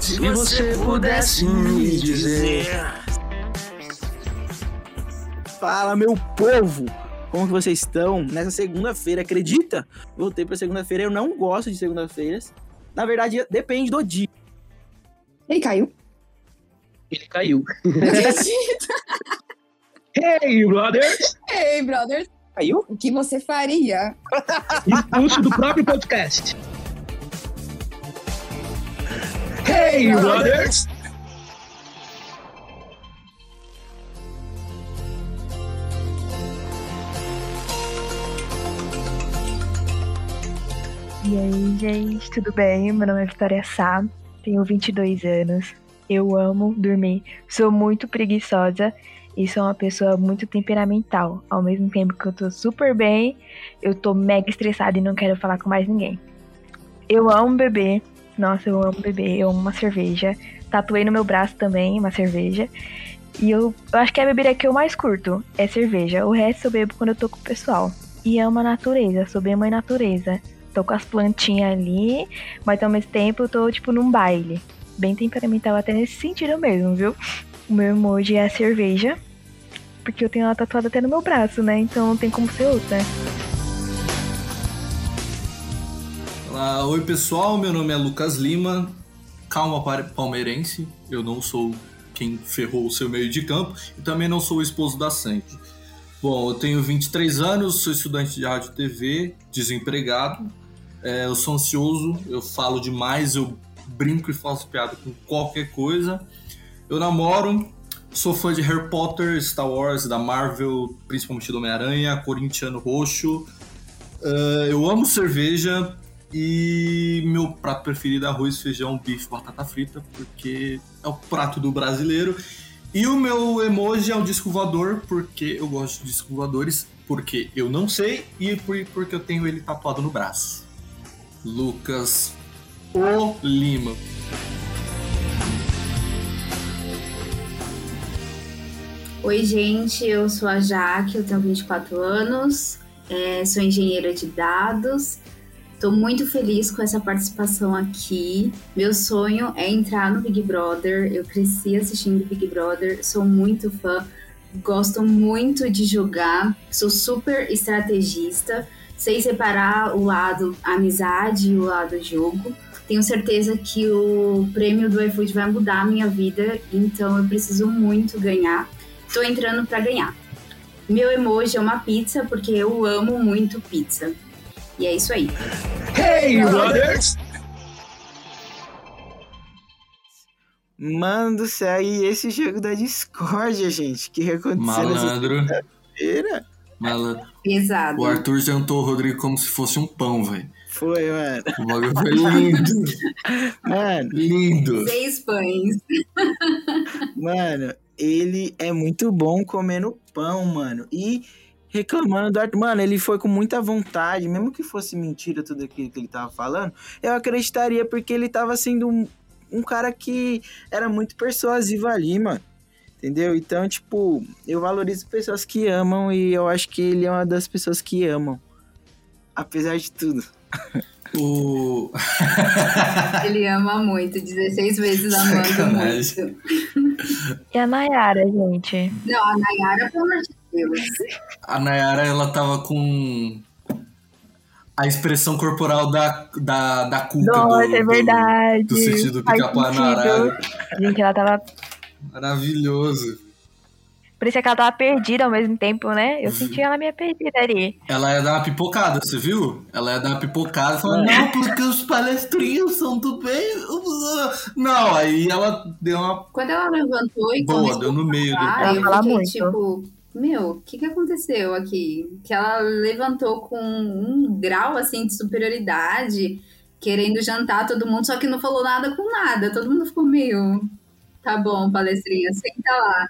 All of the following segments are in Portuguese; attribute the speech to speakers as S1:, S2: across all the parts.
S1: Se você pudesse me dizer.
S2: Fala, meu povo! Como que vocês estão? Nessa segunda-feira, acredita? Voltei pra segunda-feira. Eu não gosto de segundas-feiras. Na verdade, depende do dia.
S3: Ele caiu.
S1: Ele caiu.
S3: Acredita?
S1: Hey, brother!
S3: Ei, brother,
S2: Caiu?
S3: o que você faria?
S1: Impulso do próprio podcast. Hey, brother!
S4: E aí, gente, tudo bem? Meu nome é Vitória Sá, tenho 22 anos. Eu amo dormir, sou muito preguiçosa e sou uma pessoa muito temperamental. Ao mesmo tempo que eu tô super bem, eu tô mega estressada e não quero falar com mais ninguém. Eu amo beber, nossa, eu amo beber, eu amo uma cerveja. Tatuei no meu braço também uma cerveja. E eu, eu acho que a bebida que eu mais curto é cerveja. O resto eu bebo quando eu tô com o pessoal. E amo a natureza, sou bem mãe natureza tô com as plantinhas ali, mas ao mesmo tempo eu tô, tipo, num baile. Bem temperamental até nesse sentido mesmo, viu? O meu emoji é a cerveja, porque eu tenho ela tatuada até no meu braço, né? Então não tem como ser outra.
S5: Olá, oi pessoal, meu nome é Lucas Lima, calma para- palmeirense, eu não sou quem ferrou o seu meio de campo e também não sou o esposo da Sandy. Bom, eu tenho 23 anos, sou estudante de rádio e TV, desempregado, é, eu sou ansioso, eu falo demais, eu brinco e faço piada com qualquer coisa, eu namoro, sou fã de Harry Potter, Star Wars, da Marvel, principalmente do Homem-Aranha, corintiano roxo, Ah, eu amo cerveja, e meu prato preferido é arroz, feijão, bife, batata frita, porque é o prato do brasileiro. E o meu emoji é o disco voador, porque eu gosto de disco voadores, porque eu não sei e por- porque eu tenho ele tatuado no braço. Lucas O Lima.
S6: Oi, gente, eu sou a Jaque, eu tenho 24 anos, é, sou engenheira de dados. Estou muito feliz com essa participação aqui. Meu sonho é entrar no Big Brother. Eu cresci assistindo Big Brother, sou muito fã, gosto muito de jogar, sou super estrategista, sei separar o lado amizade e o lado jogo. Tenho certeza que o prêmio do iFood vai mudar a minha vida, então eu preciso muito ganhar tô entrando pra ganhar. Meu emoji é uma pizza, porque eu amo muito pizza. E é isso aí.
S1: Hey, brother!
S2: Mano do céu, e esse jogo da discórdia, gente? Que aconteceu nessa
S5: Malandro.
S2: feira?
S5: malandro.
S6: Pesado.
S5: O Arthur jantou o Rodrigo como se fosse um pão, velho.
S2: Foi, mano.
S5: O bagulho foi lindo,
S2: Mano,
S5: lindo.
S6: Seis pães.
S2: mano, ele é muito bom comendo pão, mano. E reclamando do Arthur. Mano, ele foi com muita vontade, mesmo que fosse mentira tudo aquilo que ele tava falando, eu acreditaria porque ele tava sendo um, um cara que era muito persuasivo ali, mano. Entendeu? Então, tipo, eu valorizo pessoas que amam e eu acho que ele é uma das pessoas que amam. Apesar de tudo.
S5: O...
S6: Ele ama muito, 16 vezes amando
S5: Sacanagem.
S6: muito.
S4: E a Nayara, gente?
S6: Não, a Nayara, pelo amor de Deus.
S5: A Nayara, ela tava com a expressão corporal da, da, da cuca.
S4: Nossa,
S5: do-
S4: é
S5: do-
S4: verdade.
S5: do sentido
S4: Faz
S5: pica-pau na
S4: sentido.
S5: arara.
S4: Gente, ela tava.
S5: Maravilhoso.
S4: Parecia que ela tava perdida ao mesmo tempo, né? Eu senti ela meio perdida ali.
S5: Ela ia dar uma pipocada, você viu? Ela ia dar uma pipocada e
S4: É.
S5: falar, não, porque os palestrinhos são do bem. Não, aí ela deu uma
S6: Quando ela levantou e
S4: Então,
S5: boa,
S6: começou
S5: deu no meio do.
S6: a falar,
S4: Ela
S6: Ah, eu
S4: fala
S6: fiquei
S4: muito.
S6: tipo, meu, o que, que aconteceu aqui? Que ela levantou com um grau assim de superioridade, querendo jantar todo mundo, só que não falou nada com nada. Todo mundo ficou meio. Tá bom, palestrinha, senta lá.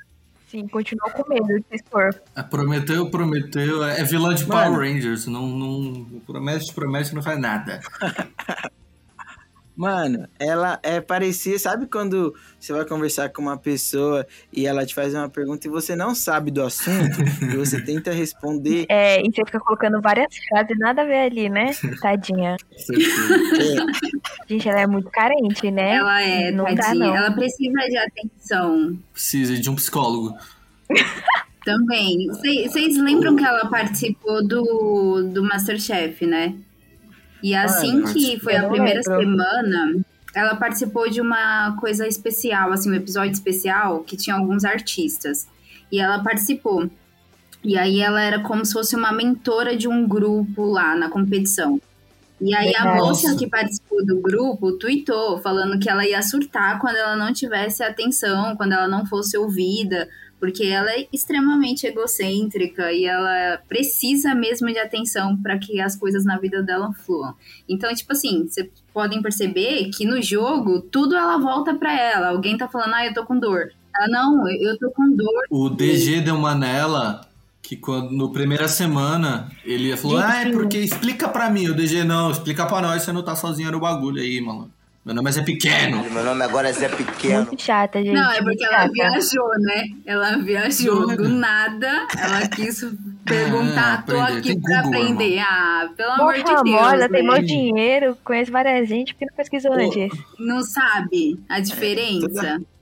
S4: Sim, continuou com medo de se expor.
S5: É, Prometeu, prometeu. É vilã de
S2: Mano.
S5: Power Rangers. Não, não promete, promete, não faz nada.
S2: Mano, ela é parecia, sabe quando você vai conversar com uma pessoa e ela te faz uma pergunta e você não sabe do assunto e você tenta responder
S4: É, e você fica colocando várias frases, nada a ver ali, né? Tadinha.
S5: Certeza.
S2: é,
S4: Gente, ela é muito carente, né?
S6: Ela é,
S4: Não dá,
S6: tadinha.
S4: não.
S6: Ela precisa de atenção
S5: Precisa de um psicólogo.
S6: também. Vocês lembram que ela participou do, do Masterchef, né? E assim
S5: eu
S6: que foi
S4: Ah, eu
S6: a
S4: não
S6: primeira
S4: lembro.
S6: semana, ela participou de uma coisa especial, assim, um episódio especial que tinha alguns artistas. E ela participou. E aí ela era como se fosse uma mentora de um grupo lá na competição. E aí a
S4: Verdade.
S6: moça
S5: Nossa.
S6: que participou do grupo tweetou falando que ela ia surtar quando ela não tivesse atenção, quando ela não fosse ouvida, porque ela é extremamente egocêntrica e ela precisa mesmo de atenção para que as coisas na vida dela fluam. Então, tipo assim, vocês podem perceber que no jogo tudo ela volta para ela. Alguém tá falando: "Ah, eu tô com dor". Ela não, eu eu tô com dor.
S5: O DG deu uma nela que quando no primeira semana ele falou:
S4: Gente,
S5: Ah, é porque explica pra mim. O DG, não, explica pra nós, você não tá sozinho no bagulho aí, mano. Meu nome é Zé Pequeno.
S7: Meu nome agora é Zé Pequeno.
S4: Muito chata, gente.
S6: Não, é
S4: muito
S6: porque ela
S4: chata.
S6: viajou, né? Ela viajou do nada. Ela quis perguntar, tô
S5: Uhum. aprender.
S6: aqui
S5: Tem
S6: pra
S5: Google,
S6: aprender. Ah, pelo amor
S4: Porra,
S6: de Deus.
S4: famosa, tem
S6: né?
S4: maior dinheiro, conheço várias gente, porque não pesquisou antes.
S6: Não sabe
S5: É,
S6: a diferença.
S5: O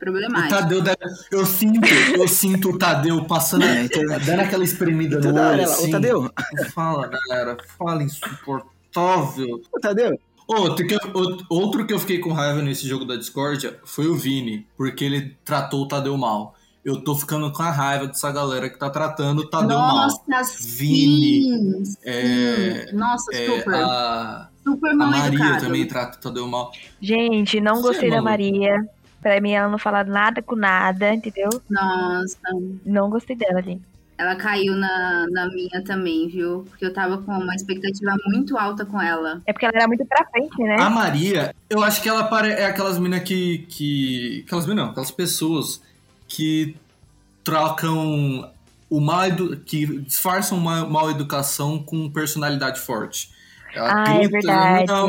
S6: Problemático.
S5: Tadeu, deve- eu sinto, eu sinto o Tadeu passando,
S2: É, então-
S5: dando aquela espremida no
S2: toda hora
S5: olho,
S2: ela,
S5: assim.
S2: ô Tadeu,
S5: Fala, galera, fala insuportável.
S2: ô Tadeu,
S5: Outro que, eu- out- outro que eu fiquei com raiva nesse jogo da discórdia foi o Vini, porque ele tratou o Tadeu mal. Eu tô ficando com a raiva dessa galera que tá tratando o Tadeu mal.
S6: Nossa, sim,
S5: Vini,
S6: sim.
S5: é,
S6: Nossa,
S5: É,
S6: super.
S5: a,
S6: super
S5: a
S6: Hum, mal
S5: Maria
S6: educado.
S5: também trata o Tadeu mal.
S4: Gente, não
S5: Você
S4: gostei
S5: é
S4: da
S5: maluco.
S4: Maria. Pra mim, ela não fala nada com nada, entendeu?
S6: Nossa,
S4: Não gostei dela, gente.
S6: ela caiu na, na minha também, viu? Porque eu tava com uma expectativa muito alta com ela.
S4: É porque ela era muito pra frente,
S6: É?
S4: né?
S5: A Maria, eu acho que ela pare- é aquelas meninas que, que. Aquelas meninas, não, aquelas pessoas que trocam o mal edu- que disfarçam uma mal educação com personalidade forte. Ela
S4: Ah, é verdade.
S5: Não,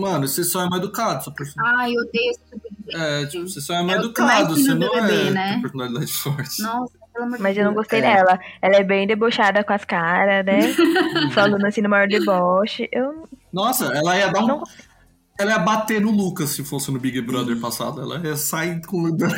S5: mano, você só é mal educado, sua person-
S6: Ai, eu odeio esse tipo de
S5: é, tipo, você só é mal
S6: É o que mais
S5: educado,
S6: tem
S5: você
S6: no
S5: não
S6: BBB,
S5: é
S6: né?
S5: tem personalidade forte.
S6: Nossa, pelo amor de
S4: Mas eu não
S6: Deus.
S4: gostei
S2: É.
S4: dela. Ela é bem debochada com as caras, né? Falando assim no maior deboche. Eu
S5: Nossa, ela ia dar um.
S4: Não.
S5: Ela ia bater no Lucas se fosse no Big Brother passado. Ela ia sair com o
S4: Nossa.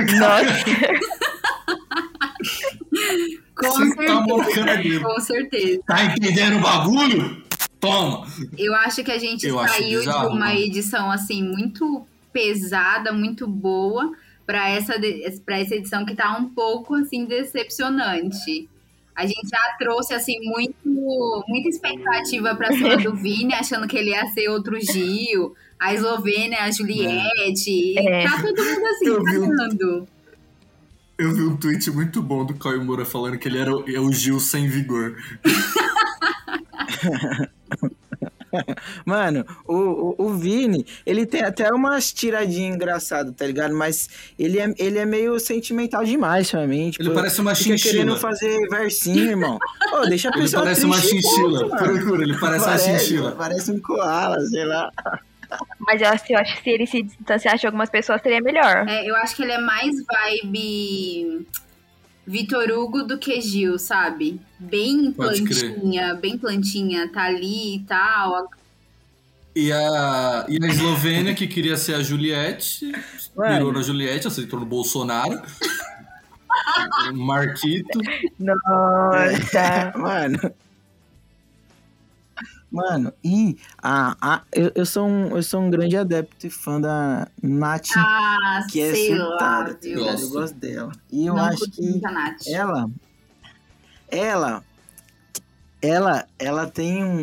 S6: Com
S5: Você tá
S6: certeza.
S5: maluco, né,
S6: com certeza.
S5: Tá entendendo o bagulho? Toma!
S6: Eu acho que a gente
S5: Eu acho
S6: saiu de
S5: bizarro,
S6: uma
S5: mano.
S6: edição assim muito pesada, muito boa para essa para essa edição que tá um pouco assim decepcionante. A gente já trouxe assim muito muita expectativa para cima do Vini, achando que ele ia ser outro Gil, a Eslovênia, a Juliette,
S4: É.
S6: tá todo mundo
S5: É. Eu
S6: assim
S5: vi um-
S6: cagando.
S5: Eu vi um tweet muito bom do Caio Moura falando que ele era o, é o Gil sem vigor.
S2: mano, o, o, o Vini, ele tem até umas tiradinhas engraçadas, tá ligado? Mas ele é, ele é meio sentimental demais, realmente.
S5: Ele parece uma
S2: Fica querendo
S5: chinchila.
S2: fazer versinho, irmão. Ô, deixa a
S5: Ele
S2: pessoa
S5: parece uma
S2: triste e
S5: chinchila.
S2: ponto, mano.
S5: Procura, ele parece uma chinchila.
S2: Parece um koala, sei lá.
S4: Mas eu, acho- eu acho que se ele se distanciasse de algumas pessoas, seria melhor.
S6: É, eu acho que ele é mais vibe Vitor Hugo do que Gil, sabe? Bem
S5: Pode
S6: plantinha, bem plantinha, tá ali e tal.
S5: E a, e a Eslovênia, que queria ser a Juliette,
S2: Mano.
S5: virou na Juliette, aceitou no Bolsonaro. Marquito.
S2: É.
S6: É.
S4: Nossa.
S2: Mano. Mano, e a, a, eu, eu, sou um, eu sou um grande adepto e fã da Nath,
S6: Ah,
S2: que é
S6: sei lá,
S2: surtada. tá
S6: viu?
S2: ligado?
S5: Gosto.
S2: Eu gosto dela. E eu
S6: Não
S2: acho
S6: curti
S2: que é
S6: muito a Nath.
S2: ela. Ela. Ela, ela tem um,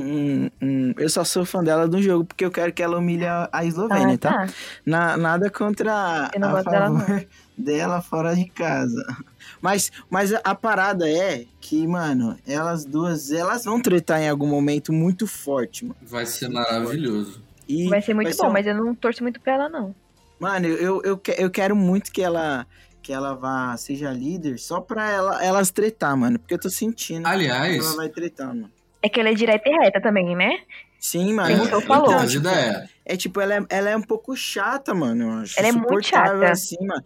S2: um- um- Eu só sou fã dela do jogo, porque eu quero que ela humilhe a- a Eslovênia,
S4: Ah,
S2: tá?
S4: tá.
S2: Na- nada contra
S4: Eu não
S2: a
S4: gosto dela, não.
S2: favor dela, fora de casa. Mas, mas a, a parada é que, mano, elas duas, elas vão tretar em algum momento muito forte, mano.
S5: Vai ser maravilhoso.
S2: E,
S4: Vai ser muito
S2: vai ser
S4: bom,
S2: um-
S4: mas eu não torço muito pra ela, não.
S2: mano, eu, eu, eu, que- eu quero muito que ela, que ela vá, seja líder, só pra ela, elas tretar, mano. Porque eu tô sentindo
S5: Aliás,
S2: que ela vai tretar, mano.
S4: É que ela é direta e reta também, né?
S2: Sim, mano.
S4: Sim,
S2: Então,
S4: eu falou.
S5: Então, a
S2: tipo,
S5: vida é.
S2: é tipo, ela é, ela é um pouco chata, mano. eu acho
S4: Ela é muito
S2: insuportável,
S4: chata.
S2: Assim, mano.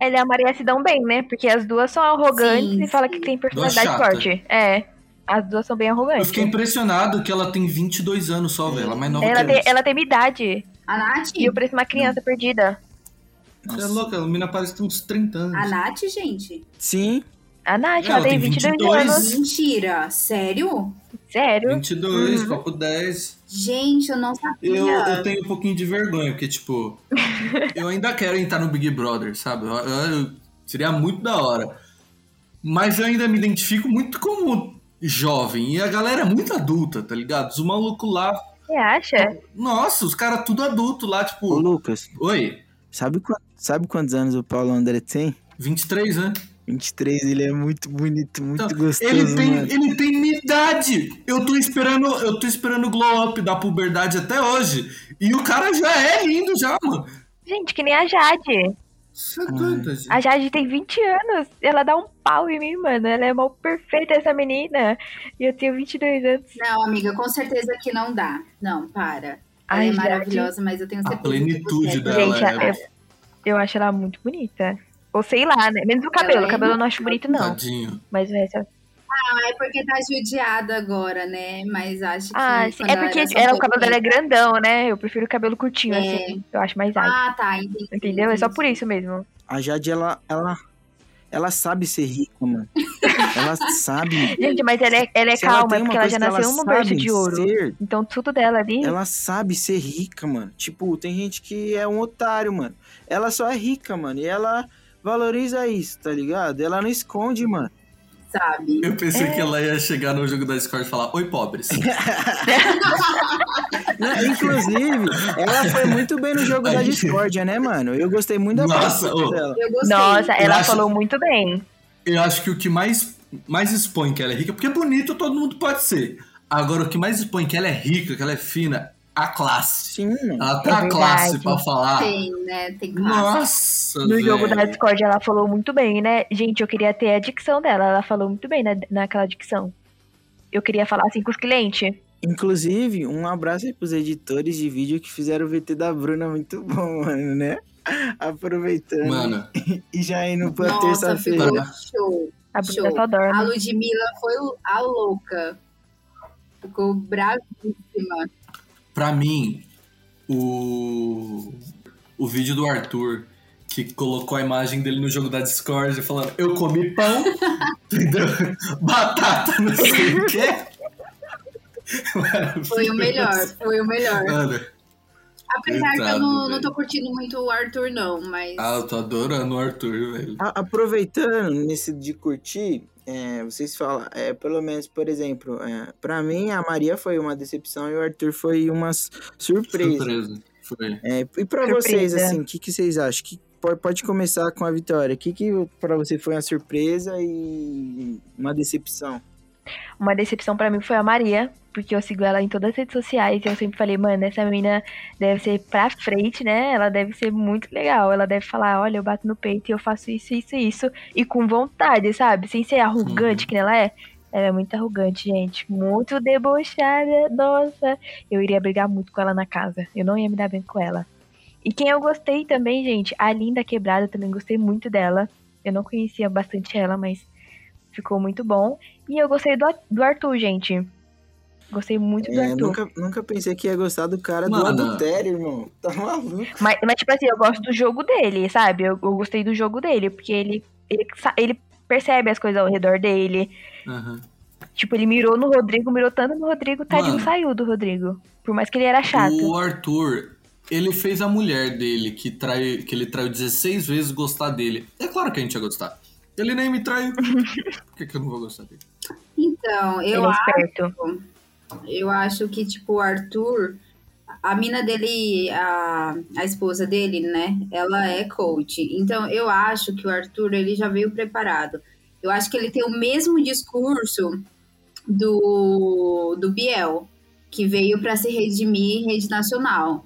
S4: Ela e a Maria se dão bem, né? Porque as duas são arrogantes
S6: Sim,
S4: e fala
S6: sim.
S4: que tem
S5: Duas
S4: personalidade
S5: chatas.
S4: forte. É. As duas são bem
S5: Eu
S4: arrogantes.
S5: fiquei impressionado que ela tem 22 anos só, velho. Ela é mais nova
S4: Ela
S5: que
S4: tem,
S5: eu.
S4: ela tem minha idade.
S6: A Nath?
S4: E eu pareço uma criança perdida.
S5: Você é
S2: Nossa.
S5: louca, a menina parece que tem uns 30 anos.
S6: A Nath, gente?
S2: Sim,
S4: A Nath,
S5: Ela
S4: ela, tem
S5: tem
S4: 22,
S5: 22.
S4: anos.
S6: Mentira, sério?
S4: Sério?
S5: 22,
S4: Uhum.
S5: copo 10.
S6: Gente, eu não sabia.
S5: Eu, eu tenho um pouquinho de vergonha, porque, tipo, eu ainda quero entrar no Big Brother, sabe? Eu- eu- seria muito da hora. Mas eu ainda me identifico muito como jovem. E a galera é muito adulta, tá ligado? Os malucos lá.
S4: Você acha?
S5: Nossa, os caras tudo adulto lá,
S2: ô
S5: tipo.
S2: Lucas,
S5: Oi,
S2: sabe, quan- sabe quantos anos o Paulo André tem?
S5: 23, né?
S2: 23, ele é muito bonito, muito
S5: Então,
S2: gostoso, né?
S5: Ele tem,
S2: mano.
S5: ele tem minha idade. Eu tô esperando, eu tô esperando o glow up da puberdade até hoje. E o cara já é lindo já, mano.
S4: Gente, que nem a Jade.
S5: Você é doida, gente.
S4: A Jade tem 20 anos. Ela dá um pau em mim, mano. Ela é mal perfeita, essa menina. E eu tenho 22 anos.
S6: Não, amiga, com certeza que não dá. Não, para. Ela
S4: Ai,
S6: é
S4: Jade.
S6: maravilhosa, mas eu tenho
S5: A
S6: certeza
S5: plenitude
S6: que você...
S5: dela
S4: Gente,
S5: é.
S4: a- Eu acho ela muito bonita. Ou sei lá, né? Menos o cabelo.
S6: Ela é
S4: O cabelo eu não acho bonito, não.
S5: Tadinho.
S4: Mas o resto.
S6: Ah, é porque tá judiada agora, né? Mas acho que.
S4: Ah, sim.
S6: quando
S4: É porque
S6: só um
S4: ela, o
S6: pouco
S4: cabelo dela é
S6: mais-
S4: grandão, né? Eu prefiro o cabelo curtinho,
S6: É.
S4: assim. Eu acho mais ágil.
S6: Ah, tá, entendi.
S4: Entendeu? É só por isso mesmo.
S2: A Jade, ela, ela, ela sabe ser rica, mano. ela sabe.
S4: Gente, mas ela é, ela é
S2: Se
S4: calma,
S2: tem
S4: é
S2: uma
S4: porque ela já
S2: coisa que
S4: nasceu num berço
S2: sabe
S4: de ouro.
S2: ser,
S4: Então tudo dela ali.
S2: ela sabe ser rica, mano. Tipo, tem gente que é um otário, mano. Ela só é rica, mano. E ela valoriza isso, tá ligado? Ela não esconde, mano.
S6: Sabe?
S5: Eu pensei
S4: É.
S5: que ela ia chegar no jogo da Discord e falar: Oi, pobres.
S2: Não, Né, inclusive, ela foi muito bem no jogo da
S5: Aí.
S2: discórdia, né, mano? Eu gostei muito da
S5: Nossa,
S2: partida
S5: ô.
S2: dela.
S6: Eu gostei. né?
S4: Nossa, ela
S5: acho-
S4: falou muito bem.
S5: Eu acho que o que mais, mais expõe que ela é rica, porque bonito todo mundo pode ser. Agora, o que mais expõe que ela é rica, que ela é fina, a classe.
S2: Sim, mano.
S5: Ela
S4: É
S5: tem a
S4: verdade.
S5: classe pra falar.
S6: Tem, né? Tem classe.
S5: Nossa!
S2: É.
S4: No jogo
S5: velho.
S4: da Discord, ela falou muito bem, né? Gente, eu queria ter a dicção dela. Ela falou muito bem na, naquela dicção. Eu queria falar assim com os clientes.
S2: Inclusive, um abraço aí pros editores de vídeo que fizeram o VT da Bruna muito bom, mano, né? Aproveitando
S5: Mano,
S2: e já indo pra
S6: Nossa,
S2: terça-feira.
S6: ficou show.
S4: A Bruna tá
S6: Show.
S4: só dorme.
S6: A Ludmilla foi a louca. Ficou bravíssima.
S5: pra mim, o. O vídeo do Arthur, que colocou a imagem dele no jogo da Discord falando, eu comi pão, entendeu? Batata, não sei o quê.
S6: Foi o melhor, foi o melhor.
S5: Mano,
S6: Apesar que eu
S5: Coitado,
S6: não, não
S5: velho.
S6: tô curtindo muito o Arthur, não, mas.
S5: ah, eu tô adorando o Arthur, velho.
S2: A- aproveitando nesse de curtir, é, vocês falam, é, pelo menos, por exemplo, é, pra mim a Maria foi uma decepção e o Arthur foi uma s- surpresa.
S5: Surpresa. Foi.
S2: É, e pra
S4: Surpresa.
S2: vocês, assim, o que, que vocês acham? Que, po- pode começar com a Vitória. O que, que pra você foi uma surpresa e uma decepção?
S4: Uma decepção pra mim foi a Maria, porque eu sigo ela em todas as redes sociais e eu sempre falei, mano, essa menina deve ser pra frente, né? Ela deve ser muito legal. Ela deve falar, olha, eu bato no peito e eu faço isso, isso, e isso. E com vontade, sabe? Sem ser arrogante que nem ela é. Ela é muito arrogante, gente. Muito debochada. Nossa. Eu iria brigar muito com ela na casa. Eu não ia me dar bem com ela. E quem eu gostei também, gente, a Linda Quebrada, também gostei muito dela. Eu não conhecia bastante ela, mas ficou muito bom. E eu gostei do, do Arthur, gente. Gostei muito do
S2: É,
S4: Arthur.
S2: nunca, nunca pensei que ia gostar do cara
S5: Mano.
S2: do adultério, irmão. Tá maluco?
S4: Mas, mas, tipo assim, eu gosto do jogo dele, sabe? Eu, eu gostei do jogo dele, porque ele, ele, sa- ele percebe as coisas ao redor dele.
S5: Aham.
S4: Tipo, ele mirou no Rodrigo, mirou tanto no Rodrigo, tadinho
S5: Mano.
S4: saiu do Rodrigo. Por mais que ele era chato.
S5: O Arthur, ele fez a mulher dele, que, trai, que ele traiu 16 vezes, gostar dele. É claro que a gente ia gostar. Ele nem me traiu. Por que, que eu não vou gostar dele?
S6: Então, eu
S4: ele é esperto.
S6: Eu acho que, tipo, o Arthur, a mina dele, a, a esposa dele, né? Ela é coach. Então, eu acho que o Arthur, ele já veio preparado. Eu acho que ele tem o mesmo discurso do, do Biel, que veio para se redimir em rede nacional.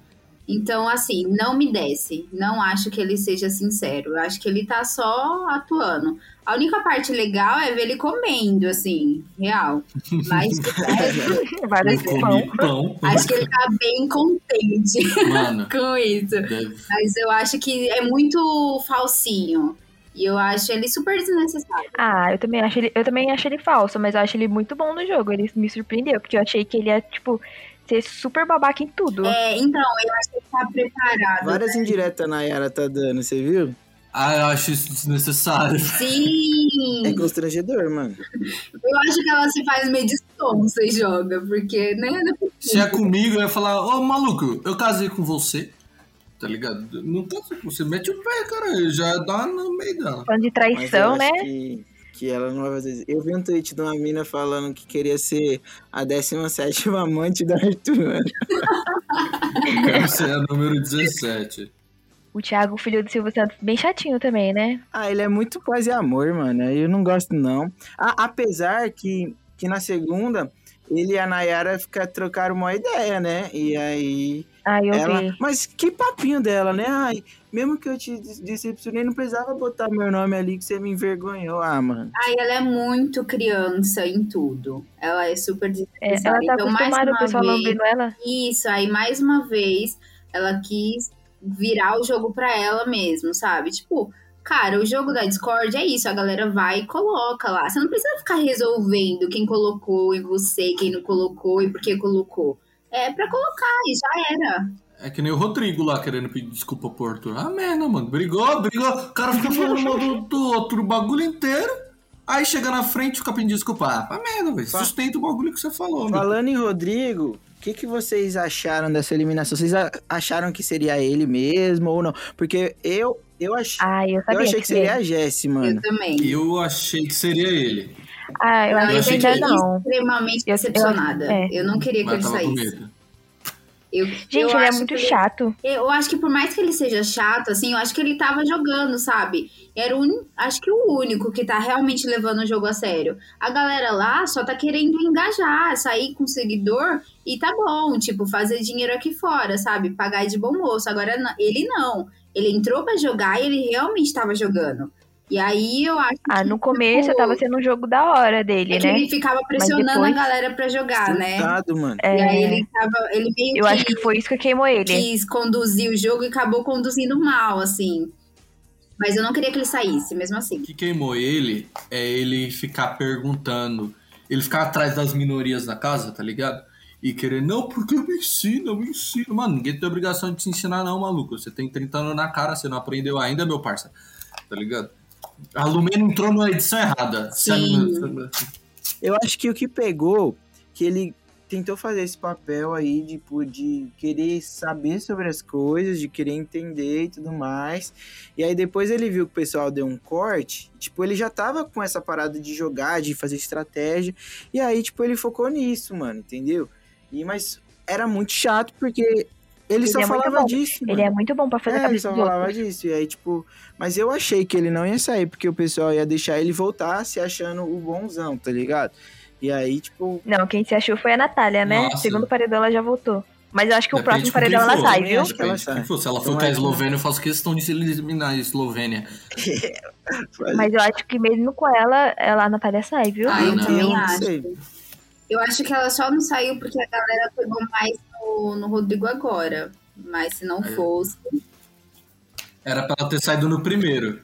S6: Então, assim, não me desce. Não acho que ele seja sincero. Eu acho que ele tá só atuando. A única parte legal é ver ele comendo, assim, real. Mas de resto,
S4: Várias
S5: Eu comi pão.
S6: acho que ele tá bem contente
S5: Mano,
S6: com isso.
S5: deve-
S6: Mas eu acho que é muito falsinho. E eu acho ele super desnecessário.
S4: Ah, eu também, acho ele, eu também acho ele falso, mas eu acho ele muito bom no jogo. Ele me surpreendeu, porque eu achei que ele ia, tipo, ser super babaca em tudo.
S6: É, então, eu acho que ele tá preparado.
S2: Várias indiretas a Nayara tá dando, você viu?
S5: Ah, eu acho isso desnecessário.
S6: Sim!
S2: É constrangedor, mano.
S6: Eu acho que ela se faz meio de sonsa e joga, porque, né? não é
S5: Se é comigo, eu ia falar, ô maluco, eu casei com você. Tá ligado? Não casei com você. Mete o pé, cara. Já dá no meio dela.
S4: Falando
S2: Mas
S4: de
S2: eu
S4: traição,
S2: acho
S4: né?
S2: Que, que ela não vai fazer isso. Eu vi um tweet de uma mina falando que queria ser a 17 amante da Arthur. mano.
S5: Eu quero ser a é número 17.
S4: O Thiago, filho do Silvio Santos, bem chatinho também, né?
S2: Ah, ele é muito paz e amor, mano. Eu não gosto, não. A- apesar que, que na segunda, ele e a Nayara fica, trocaram uma ideia, né? E aí.
S4: Ah, eu
S2: ela.
S4: vi.
S2: Mas que papinho dela, né? Ai, mesmo que eu te des- decepcionei, não precisava botar meu nome ali que você me envergonhou. Ah, mano.
S6: Ai, ela é muito criança em tudo. Ela é super
S4: É,
S6: desnecessária.
S4: ela tá
S6: então, mais
S4: acostumada, o
S6: uma
S4: pessoal
S6: vez,
S4: lambendo ela.
S6: Isso, aí mais uma vez ela quis virar o jogo pra ela mesmo, sabe? Tipo, cara, o jogo da Discord é isso, a galera vai e coloca lá. Você não precisa ficar resolvendo quem colocou e você, quem não colocou e por que colocou. É pra colocar e já era.
S5: É que nem o Rodrigo lá querendo pedir desculpa pro Arthur. Ah, merda, mano. Brigou, brigou. O cara fica falando mal do, do outro o bagulho inteiro. Aí chega na frente e fica pedindo desculpa. Ah, merda, velho.
S2: Fa-
S5: Sustenta o bagulho que você falou, meu.
S2: Falando em Rodrigo, o que, que vocês acharam dessa eliminação? Vocês a- acharam que seria ele mesmo ou não? Porque eu, eu, ach...
S4: Ah, eu
S2: eu
S4: sabia
S2: achei que seria
S4: ele.
S2: a Jessie, mano.
S6: Eu também.
S5: Eu achei que seria ele.
S4: Ah, eu
S6: Não,
S4: acho que
S5: achei
S4: ainda
S6: fiquei
S4: não.
S6: extremamente
S4: Eu- eu-
S6: decepcionada. Eu,
S4: é.
S6: não queria que
S5: Mas
S6: ele
S5: tava com
S6: saísse.
S5: medo.
S6: Eu,
S4: Gente,
S6: eu
S4: ele é
S6: acho
S4: muito
S6: que
S4: chato.
S6: Eu acho que por mais que ele seja chato, assim, eu acho que ele tava jogando, sabe? Era o, uni- acho que o único que tá realmente levando o jogo a sério. A galera lá só tá querendo engajar, sair com seguidor e tá bom, tipo, fazer dinheiro aqui fora, sabe? Pagar de bom moço. Agora não- ele não. Ele entrou pra jogar e ele realmente tava jogando. E aí eu acho
S4: Ah, no começo eu tava sendo um jogo da hora dele,
S6: é que
S4: né?
S6: ele ficava pressionando
S4: depois-
S6: a galera pra jogar, né?
S2: Surtado, mano.
S6: E aí
S4: É,
S6: ele tava, ele meio
S4: eu
S6: que
S4: acho que foi isso que queimou ele.
S6: quis conduzir o jogo e acabou conduzindo mal, assim. Mas eu não queria que ele saísse, mesmo
S5: O
S6: assim.
S5: que queimou ele é ele ficar perguntando. Ele ficar atrás das minorias da casa, tá ligado? E querer, não, porque eu me ensino, eu me ensino. Mano, ninguém tem obrigação de te ensinar, não, maluco. Você tem 30 anos na cara, você não aprendeu ainda, meu parça. Tá ligado? A Lumena entrou numa edição errada. Se a
S6: Sim.
S5: Lumena-
S2: Eu acho que o que pegou, que ele tentou fazer esse papel aí, tipo, de querer saber sobre as coisas, de querer entender e tudo mais. E aí depois ele viu que o pessoal deu um corte, tipo, ele já tava com essa parada de jogar, de fazer estratégia. E aí, tipo, ele focou nisso, mano, entendeu? E, mas era muito chato porque ele, só
S4: é muito
S2: falava
S4: bom.
S2: disso.
S4: Ele
S2: mano.
S4: é muito bom pra fazer a
S2: É, ele só
S4: cabeça dos outros.
S2: falava disso. E aí, tipo, mas eu achei que ele não ia sair, porque o pessoal ia deixar ele voltar se achando o bonzão, tá ligado? E aí, tipo,
S4: Não, quem se achou foi a Natália, né?
S5: Nossa.
S4: Segundo paredão, ela já voltou. Mas eu acho que o
S5: Depende
S4: próximo
S5: de quem
S4: paredão ela
S5: for,
S4: sai,
S5: né?
S4: viu?
S2: Acho que ela
S5: Depende de quem
S2: sai.
S5: for. Se ela for
S2: Então
S5: com a
S2: é que-
S5: Eslovênia, eu faço questão de se eliminar a Eslovênia.
S4: Mas eu acho que mesmo com ela, ela a Natália sai, viu?
S6: Ah, eu
S5: não.
S6: também
S2: eu não
S6: acho.
S2: sei.
S6: Eu acho que ela só não saiu porque a galera pegou mais no, no Rodrigo agora. Mas se não
S5: É.
S6: fosse.
S5: Era pra ela ter saído no primeiro.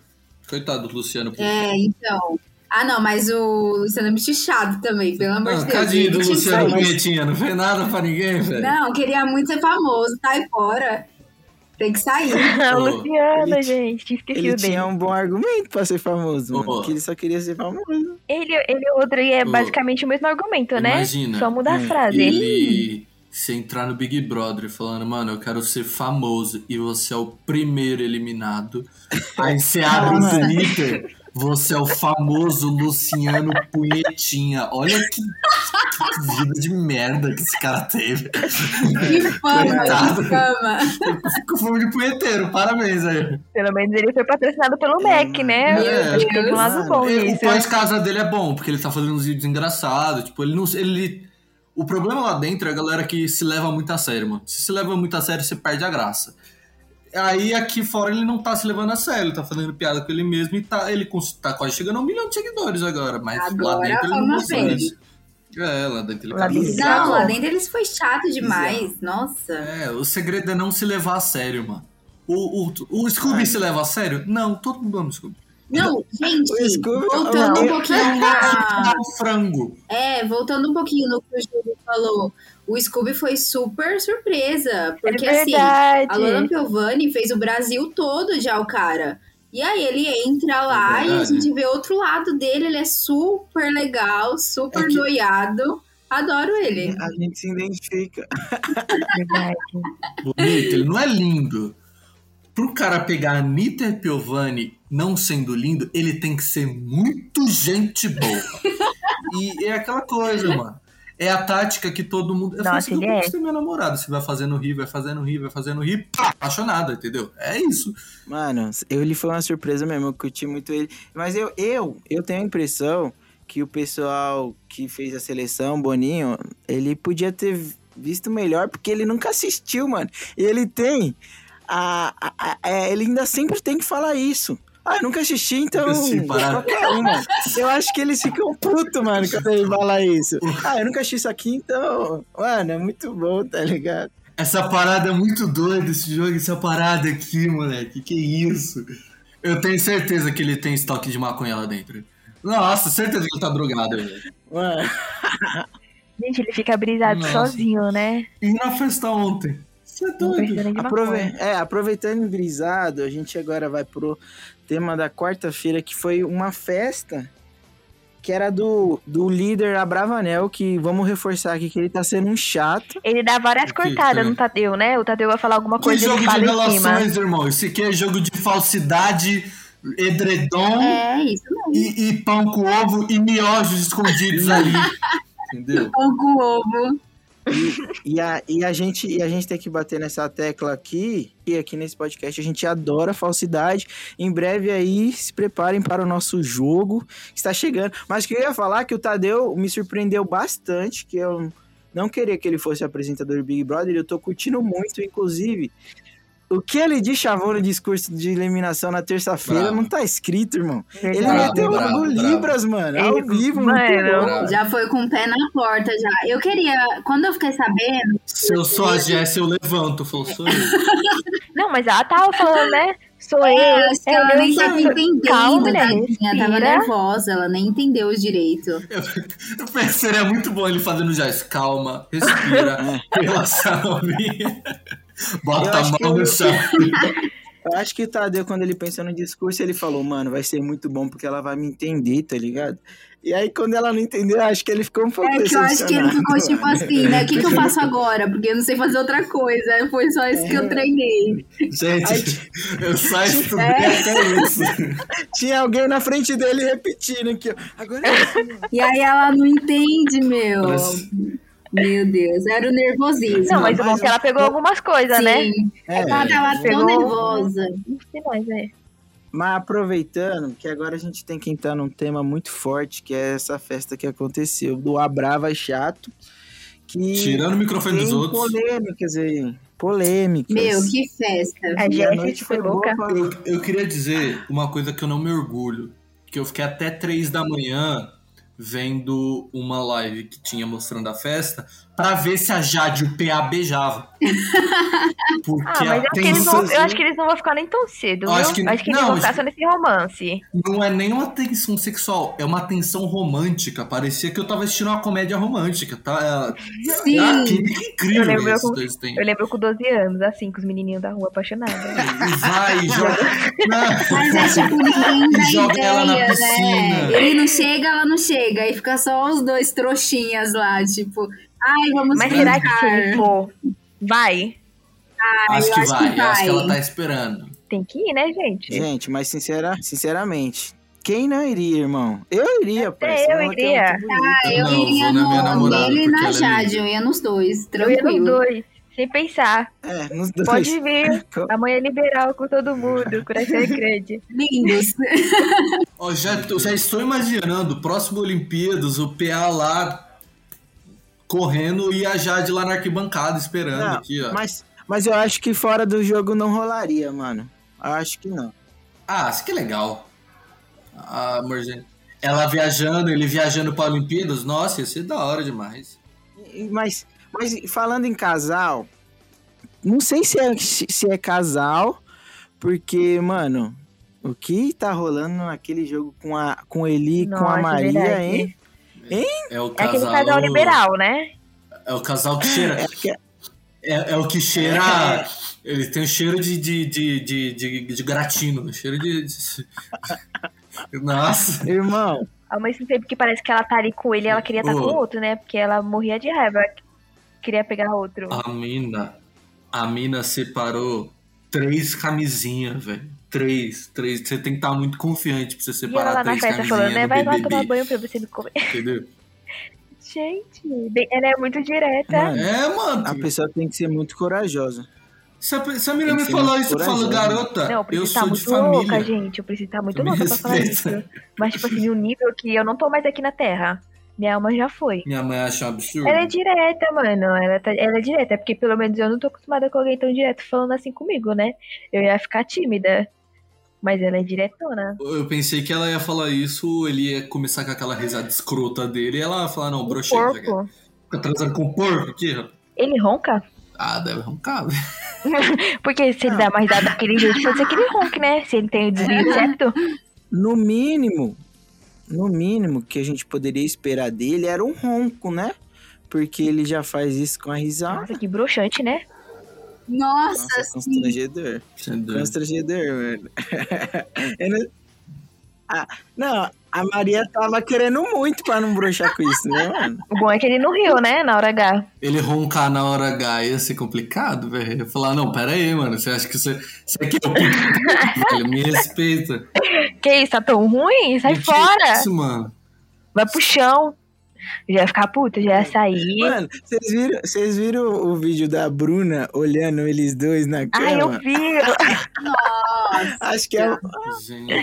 S5: Coitado do Luciano.
S6: É, então. Ah, não, mas o Luciano é muito chato também, pelo amor de
S5: Ah,
S6: Deus.
S5: Tadinho do
S6: Ele tinha que
S5: Luciano
S6: sair.
S5: Vinhetinha, não fez nada pra ninguém, velho.
S6: Não, queria muito ser famoso, sai fora. Tem que sair.
S4: Ah, o
S5: Ô,
S4: Luciano,
S2: ele ti-
S4: gente, esqueci
S2: Ele
S4: o dele.
S2: tinha um bom argumento pra ser famoso, mano.
S5: Ô.
S2: Que ele só queria ser famoso.
S4: Ele, ele e o Rodrigo é
S5: Ô,
S4: basicamente o mesmo argumento, né?
S5: imagina.
S4: Só muda a
S2: Hum,
S4: frase.
S5: Ele se entrar no Big Brother falando, mano, eu quero ser famoso e você é o primeiro eliminado. Aí você
S6: Ah,
S5: abre o
S2: Nossa.
S5: Twitter, você é o famoso Luciano Punhetinha. Olha que, que vida de merda que esse cara teve.
S6: Que fama,
S5: Coitado.
S6: que fama.
S5: Ficou fome de punheteiro, parabéns aí.
S4: Pelo menos ele foi patrocinado pelo
S2: É,
S4: Mac,
S2: mano.
S4: né?
S5: É.
S4: acho que tem um lado
S2: Mano,
S4: bom
S5: Ele-
S4: nisso.
S5: o pai de casa dele é bom, porque ele tá fazendo uns vídeos engraçados. Tipo, ele não. Ele, O problema lá dentro é a galera que se leva muito a sério, mano. Se se leva muito a sério, você perde a graça. Aí aqui fora ele não tá se levando a sério, ele tá fazendo piada com ele mesmo e tá, ele cons- tá quase chegando a um milhão de seguidores agora, mas lá
S6: Agora
S5: dentro ele não
S6: vamos
S5: consegue.
S6: ver.
S5: isso. É, lá dentro ele
S4: Lá dentro
S5: cabeça.
S6: Não,
S2: Bizarro.
S6: lá dentro eles foi chato demais. Nossa.
S5: É, o segredo é não se levar a sério, mano. O, o, o Scooby
S6: Ah.
S2: Ai.
S5: se leva a sério? Não, todo mundo ama o Scooby.
S6: Não, gente,
S2: O Scooby-
S6: voltando um
S2: Não.
S6: pouquinho na.
S5: O frango.
S6: É, voltando um pouquinho no que o Júlio falou. O Scooby foi super surpresa. Porque
S4: é
S6: assim,
S4: verdade.
S6: a Luana Piovani fez o Brasil todo já, o cara. E aí ele entra lá
S5: É
S6: e a
S5: verdade.
S6: gente vê outro lado dele. Ele é super legal, super
S5: É que-
S6: noiado. Adoro ele.
S2: A gente se identifica.
S4: Verdade.
S5: bonito, ele não é lindo. Pro cara pegar a Anitta e Piovani não sendo lindo, ele tem que ser muito gente boa. e é aquela coisa, mano. É a tática que todo mundo. Eu
S4: Nossa,
S5: faço
S4: ele
S5: eu
S4: é.
S5: conquistei meu namorado. Você vai fazendo rir, vai fazendo rir, vai fazendo rir, pá, apaixonada, entendeu? É isso.
S2: Mano, eu, ele foi uma surpresa mesmo, eu curti muito ele. Mas eu, eu, eu tenho a impressão que o pessoal que fez a seleção, Boninho, ele podia ter visto melhor, porque ele nunca assistiu, mano. E ele tem. A, a- a- é, ele ainda sempre tem que falar isso. Ah, eu nunca assisti, então.
S5: assisti, parado.
S2: qualquer um, mano. Eu acho que eles ficam putos, mano, quando ele fala isso. Ah, eu nunca assisti isso aqui, então. Mano, é muito bom, tá ligado?
S5: Essa parada é muito doida, esse jogo, essa parada aqui, moleque. Que isso? Eu tenho certeza que ele tem estoque de maconha lá dentro. Nossa, certeza que ele tá drogado, velho.
S2: Mano.
S4: Gente, ele fica brisado
S5: Nossa.
S4: sozinho, né?
S5: E na festa ontem? Você é
S4: Não
S5: doido?
S4: precisa nem de
S2: Aprove-
S4: maconha.
S2: é, aproveitando o brisado, a gente agora vai pro tema da quarta-feira, que foi uma festa que era do, do líder Abravanel, que vamos reforçar aqui que ele tá sendo um chato.
S4: Ele dá várias
S5: Que-
S4: cortadas
S5: que-
S4: no Tadeu, né? O Tadeu vai falar alguma
S5: Que
S4: coisa e
S5: jogo
S4: ele
S5: de
S4: fala em cima.
S5: relações, irmão? Isso aqui é jogo de falsidade, edredom
S6: É isso mesmo.
S5: e, e pão com ovo e miojos escondidos ali. Entendeu?
S6: Pão com ovo.
S2: E a, e, a gente, e a gente tem que bater nessa tecla aqui, e aqui nesse podcast a gente adora falsidade. Em breve aí, se preparem para o nosso jogo, que está chegando. Mas queria falar que o Tadeu me surpreendeu bastante, que eu não queria que ele fosse apresentador do Big Brother, eu tô curtindo muito, inclusive. O que ele dichavou no discurso de eliminação na terça-feira
S5: Bravo.
S2: não tá escrito, irmão. Ele
S5: Bravo,
S2: meteu o
S5: bravo,
S2: logo
S5: bravo.
S2: Libras, mano. Ao
S4: Ele-
S2: vivo, muito
S4: mano.
S2: bom.
S5: Bravo.
S6: Já foi com o pé na porta já. Eu queria, quando eu fiquei sabendo,
S5: Se eu sou a Jéssica, eu levanto. Falou, sou eu. é-
S4: Não, mas ela tava falando, né? Sou eu.
S6: eu acho que
S4: é,
S6: ela
S4: eu
S6: nem
S4: sou-
S6: tava entendendo,
S4: Calma, né?
S6: tadinha. Tava
S4: Respira.
S6: nervosa, ela nem entendeu direito.
S5: Eu pensei, seria muito bom ele fazendo Jéssica. Calma, respira, relaxa a minha.
S2: É. Eu
S5: Bota a
S2: acho que
S5: mão
S2: eu-
S5: no chão.
S2: Eu acho que o Tadeu, quando ele pensou no discurso, ele falou, mano, vai ser muito bom porque ela vai me entender, tá ligado? E aí, quando ela não entendeu, eu acho que ele ficou um pouco
S6: É que eu acho que ele ficou
S2: decepcionado,
S6: tipo assim, né? O que, que eu faço agora? Porque eu não sei fazer outra coisa. Foi só isso
S5: É.
S6: que eu treinei.
S5: Gente, eu só
S2: É,
S5: estudei
S6: é.
S5: até isso.
S2: mano. Tinha alguém na frente dele repetindo aqui, ó. Agora
S6: E aí ela não entende, meu.
S5: Mas-
S6: Meu Deus, era o nervosismo.
S4: Não, mas o bom é que ela pegou algumas coisas, né?
S6: né? Sim,
S2: é.
S6: ela tava tão
S4: Pegou-
S6: nervosa.
S4: Não sei mais, né?
S2: Mas aproveitando, que agora a gente tem que entrar num tema muito forte, que é essa festa que aconteceu, do Abrava Chato, que
S5: Tirando o microfone
S2: tem
S5: dos outros.
S2: polêmicas aí, polêmicas.
S6: Meu, que festa.
S4: A
S2: E a noite
S4: Jéssica
S2: foi
S4: foi
S2: boa
S4: louca.
S2: pra-
S5: Eu, eu queria dizer uma coisa que eu não me orgulho. Que eu fiquei até três da manhã vendo uma live que tinha mostrando a festa pra ver se a Jade e o PA beijava. Porque
S4: Ah, mas
S5: a
S6: é
S4: eu acho, que eles
S5: tensão
S4: não, eu acho que eles não vão ficar nem tão cedo,
S5: Eu acho
S4: viu?
S5: que-
S4: acho que eles
S5: não,
S4: vão
S5: acho
S4: ficar
S5: que-
S4: só nesse romance.
S5: não é nem uma tensão sexual, é uma tensão romântica. Parecia que eu tava assistindo uma comédia romântica, tá? É-
S6: Sim.
S5: Ah, que incrível
S4: Eu lembro
S5: isso
S4: com-
S5: que eles têm.
S4: Eu lembro com 12 anos, assim, com os menininhos da rua apaixonados.
S5: E vai, joga. Não.
S6: Mas é tipo, ninguém dá
S5: Joga
S6: ideia,
S5: ela na
S6: né?
S5: piscina.
S6: Ele não chega, ela não chega. Aí fica só os dois trouxinhas lá, tipo... Ai, vamos
S4: Mas será que
S6: brincar.
S4: se ele for, vai?
S5: Acho
S6: eu
S5: que
S6: acho que
S5: vai, eu acho que ela
S6: vai.
S5: tá esperando.
S4: Tem que ir, né, gente?
S2: Gente, mas sincera, sinceramente, quem não iria, irmão? Eu iria, parceiro.
S4: eu iria.
S6: Ah, eu
S5: Não, eu vou
S6: iria
S5: na minha
S6: no
S5: namorada,
S6: dele e na
S5: porque ela é
S6: Jade, eu ia nos dois,
S4: Eu ia nos
S6: tranquilo.
S4: dois, sem pensar.
S2: É, nos dois.
S4: Pode vir,
S2: Então-
S4: amanhã é liberal com todo mundo, coração é e crede.
S6: Lindos.
S5: Ó, já, eu já estou imaginando, próximo Olimpíadas, o PA lá correndo e a Jade lá na arquibancada esperando
S2: Não,
S5: aqui, ó.
S2: Mas, mas eu acho que fora do jogo não rolaria, mano. Eu acho que não.
S5: Ah, isso que é legal. A Morgana. Ela viajando, ele viajando pra Olimpíadas, nossa, ia ser da hora demais.
S2: E- Mas, mas falando em casal, não sei se é, se é casal, porque, mano, o que tá rolando naquele jogo com a com Eli e com
S4: Nossa,
S2: a
S4: é
S2: Maria,
S4: verdade.
S2: hein?
S5: É o
S4: É
S5: casal.
S4: aquele casal liberal, né?
S5: É o casal que cheira.
S2: É que-
S5: É, é o que cheira. Ele tem um cheiro de, de, de, de, de, de gratino. Cheiro de. de- Nossa.
S2: Irmão,
S4: Ao mesmo tempo que parece que ela tá ali com ele, ela queria estar
S5: Ô.
S4: com o outro, né? Porque ela morria de raiva. ela Queria pegar outro.
S5: A mina. A mina separou três camisinhas, velho. Três, três. Você tem que estar muito confiante pra você
S4: e ela
S5: separar
S4: lá na
S5: três
S4: festa
S5: camisinhas
S4: falando, né?
S5: no
S4: Vai lá
S5: BBB,
S4: tomar banho pra você me comer.
S5: entendeu?
S4: Gente, bem- ela é muito direta.
S2: Mano,
S5: É, mano.
S2: a pessoa tem que ser muito corajosa.
S5: Se a, se a mina
S2: Tem que
S5: me
S2: ser
S5: falar
S2: muito
S5: isso, eu falo,
S2: corajoso. né?
S5: garota,
S4: Não, eu
S5: eu
S4: preciso estar
S5: sou de
S4: muito
S5: família.
S4: louca, gente. Eu preciso estar muito
S5: Tu me
S4: louca pra falar isso.
S5: respeita.
S4: Mas, tipo assim, de um nível que eu não tô mais aqui na Terra. Minha alma já foi.
S5: Minha mãe acha um absurdo.
S4: Ela é direta, mano. Ela, tá- ela é direta. É porque pelo menos eu não tô acostumada com alguém tão direto falando assim comigo, né? Eu ia ficar tímida. Mas ela é diretona.
S5: Eu pensei que ela ia falar isso, ele ia começar com aquela risada escrota dele e ela ia falar, não,
S4: O
S5: brochei, tá ligado?
S4: porco.
S5: Fica transando com o porco aqui, ó.
S4: Ele ronca?
S5: Ah, deve roncar, velho.
S4: Porque se ele dá mais risada daquele jeito, pode ser que ele ronque, né? Se ele tem o desvio certo.
S2: No mínimo, no mínimo que a gente poderia esperar dele era um ronco, né? Porque ele já faz isso com a risada.
S4: Nossa, que broxante, né?
S6: Nossa,
S2: Nossa, é constrangedor.
S5: Entendeu?
S2: Constrangedor, velho. Eu não... Ah, não, a Maria tava querendo muito pra não broxar com isso, né, mano?
S4: O bom é que ele não riu, né? Na hora H.
S5: Ele roncar na hora H ia ser complicado, velho. Eu Ia falar, não, pera aí, mano, você acha que você... Você aqui é o pico? Ele me respeita.
S4: Que isso, tá tão ruim? Sai
S5: Que
S4: fora!
S5: Isso, mano.
S4: Vai pro chão. Já ia ficar puta, já ia sair.
S2: Mano, vocês viram, vocês viram o vídeo da Bruna olhando eles dois na
S4: Ah, eu
S2: cama?
S4: vi.
S2: Acho que é.
S5: Gente.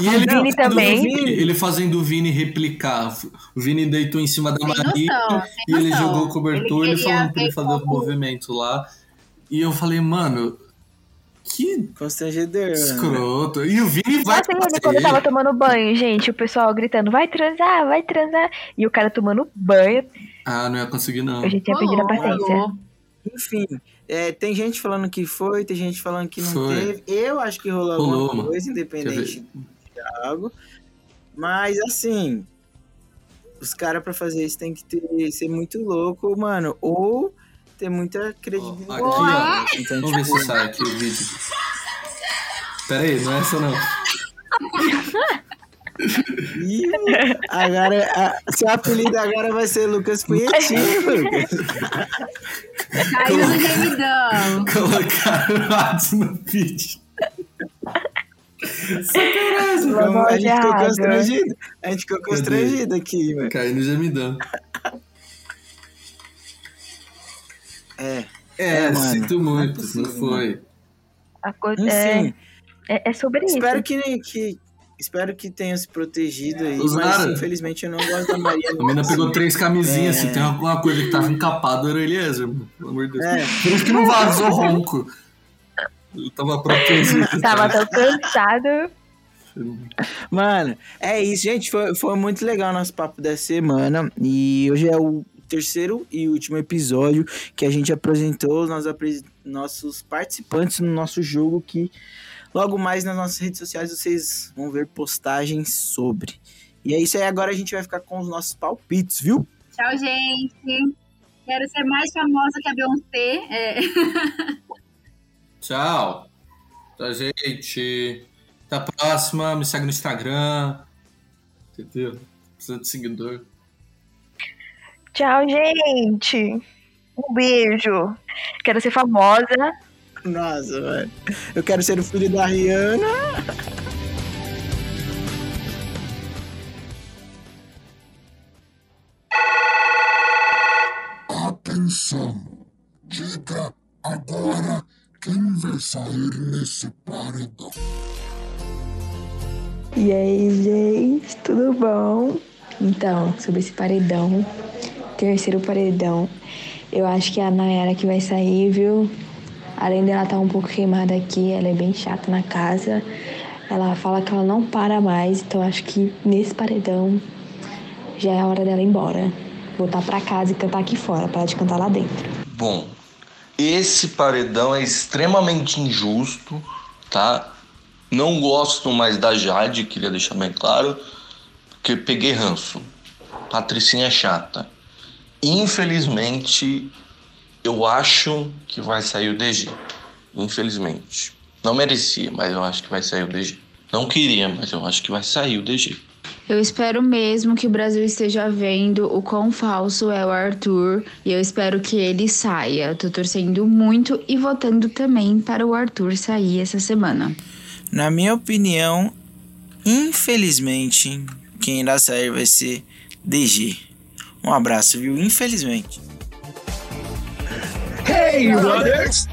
S5: E ele,
S4: Vini
S5: fazendo
S4: também.
S5: o Vini- ele fazendo o Vini replicar. O Vini deitou em cima da
S6: Sem
S5: Maria
S6: noção,
S5: e
S6: sem
S5: ele
S6: noção.
S5: jogou o cobertor, ele,
S6: Ele queria
S5: falando pra ele
S6: ver
S5: fazer o
S6: como-
S5: movimento lá. E eu falei, mano, que
S2: Constrangedor. mano.
S5: escroto. E o Vini vai.
S4: Nossa, e ele quando eu tava tomando banho, gente, o pessoal gritando, vai transar, vai transar. E o cara tomando banho,
S5: Ah, não ia conseguir, não.
S4: eu já tinha
S6: Uhum.
S4: perdido a paciência.
S6: Rolou.
S2: Enfim, é, tem gente falando que foi, tem gente falando que não
S5: Foi.
S2: teve. Eu acho que rolou,
S5: Rolou,
S2: alguma
S5: mano.
S2: coisa, independente do Thiago. Mas assim, os caras pra fazer isso tem que ter, ser muito louco, mano. Ou ter muita
S5: Ó,
S2: credibilidade.
S5: aqui, ó.
S2: Então,
S5: Vamos ver
S2: tipo,
S5: se sai aqui o vídeo. Pera aí, não é essa não.
S2: ih, agora, a- seu apelido agora vai ser Lucas Punhetinho, Lucas.
S6: Caiu no gemidão.
S5: Colocaram o Hades no vídeo.
S2: Vamos- Então, a gente ficou
S4: errado.
S2: constrangido. A gente ficou
S5: Cadê?
S2: constrangido aqui, mano.
S5: Caiu no gemidão.
S2: É,
S5: É,
S2: É, mano.
S5: sinto
S2: Não é
S5: muito, não,
S2: possível,
S5: foi.
S4: A co-
S2: enfim.
S4: é, é, é sobre isso.
S2: Espero que, que- espero que tenha se protegido aí,
S5: Os
S2: mas
S5: nada.
S2: infelizmente eu não gosto da Maria.
S5: A mina pegou três camisinhas,
S2: É.
S5: se tem alguma coisa que tava encapada era Eliezer, mano. Pelo amor de Deus.
S2: É,
S5: Por isso que não vazou ronco. Ele tava protegido.
S4: Tava tão cansado.
S2: mano, é isso, gente. Foi, foi muito legal o nosso papo dessa semana. E hoje é o terceiro e último episódio que a gente apresentou os nossos, apres- nossos participantes no nosso jogo que logo mais nas nossas redes sociais vocês vão ver postagens sobre. E é isso aí, agora a gente vai ficar com os nossos palpites, viu?
S6: Tchau, gente. Quero ser mais famosa que a Beyoncé. É.
S5: Tchau. Tá, gente. Até a próxima. Me segue no Instagram. Entendeu? Precisa de seguidor.
S4: Tchau, gente. Um beijo. Quero ser famosa.
S2: Nossa, velho. Eu quero ser o filho da Rihanna.
S8: Atenção! Diga agora quem vai sair nesse paredão.
S9: E aí, gente, tudo bom? Então, sobre esse paredão,
S4: terceiro paredão. Eu acho que é a Nayara que vai sair, viu? Além dela estar um pouco queimada aqui, ela é bem chata na casa. Ela fala que ela não para mais, então acho que nesse paredão já é a hora dela ir embora. Voltar pra casa e cantar aqui fora, para de cantar lá dentro.
S5: Bom, esse paredão é extremamente injusto, tá? Não gosto mais da Jade, queria deixar bem claro, porque peguei ranço. Patricinha é chata. Infelizmente, eu acho que vai sair o DG. Infelizmente. Não merecia, mas eu acho que vai sair o DG. Não queria, mas eu acho que vai sair o DG.
S6: Eu espero mesmo que o Brasil esteja vendo o quão falso é o Arthur e eu espero que ele saia. Tô torcendo muito e votando também para o Arthur sair essa semana.
S2: Na minha opinião, infelizmente, quem irá sair vai ser DG. Um abraço, viu? Infelizmente.
S1: Hey, brothers!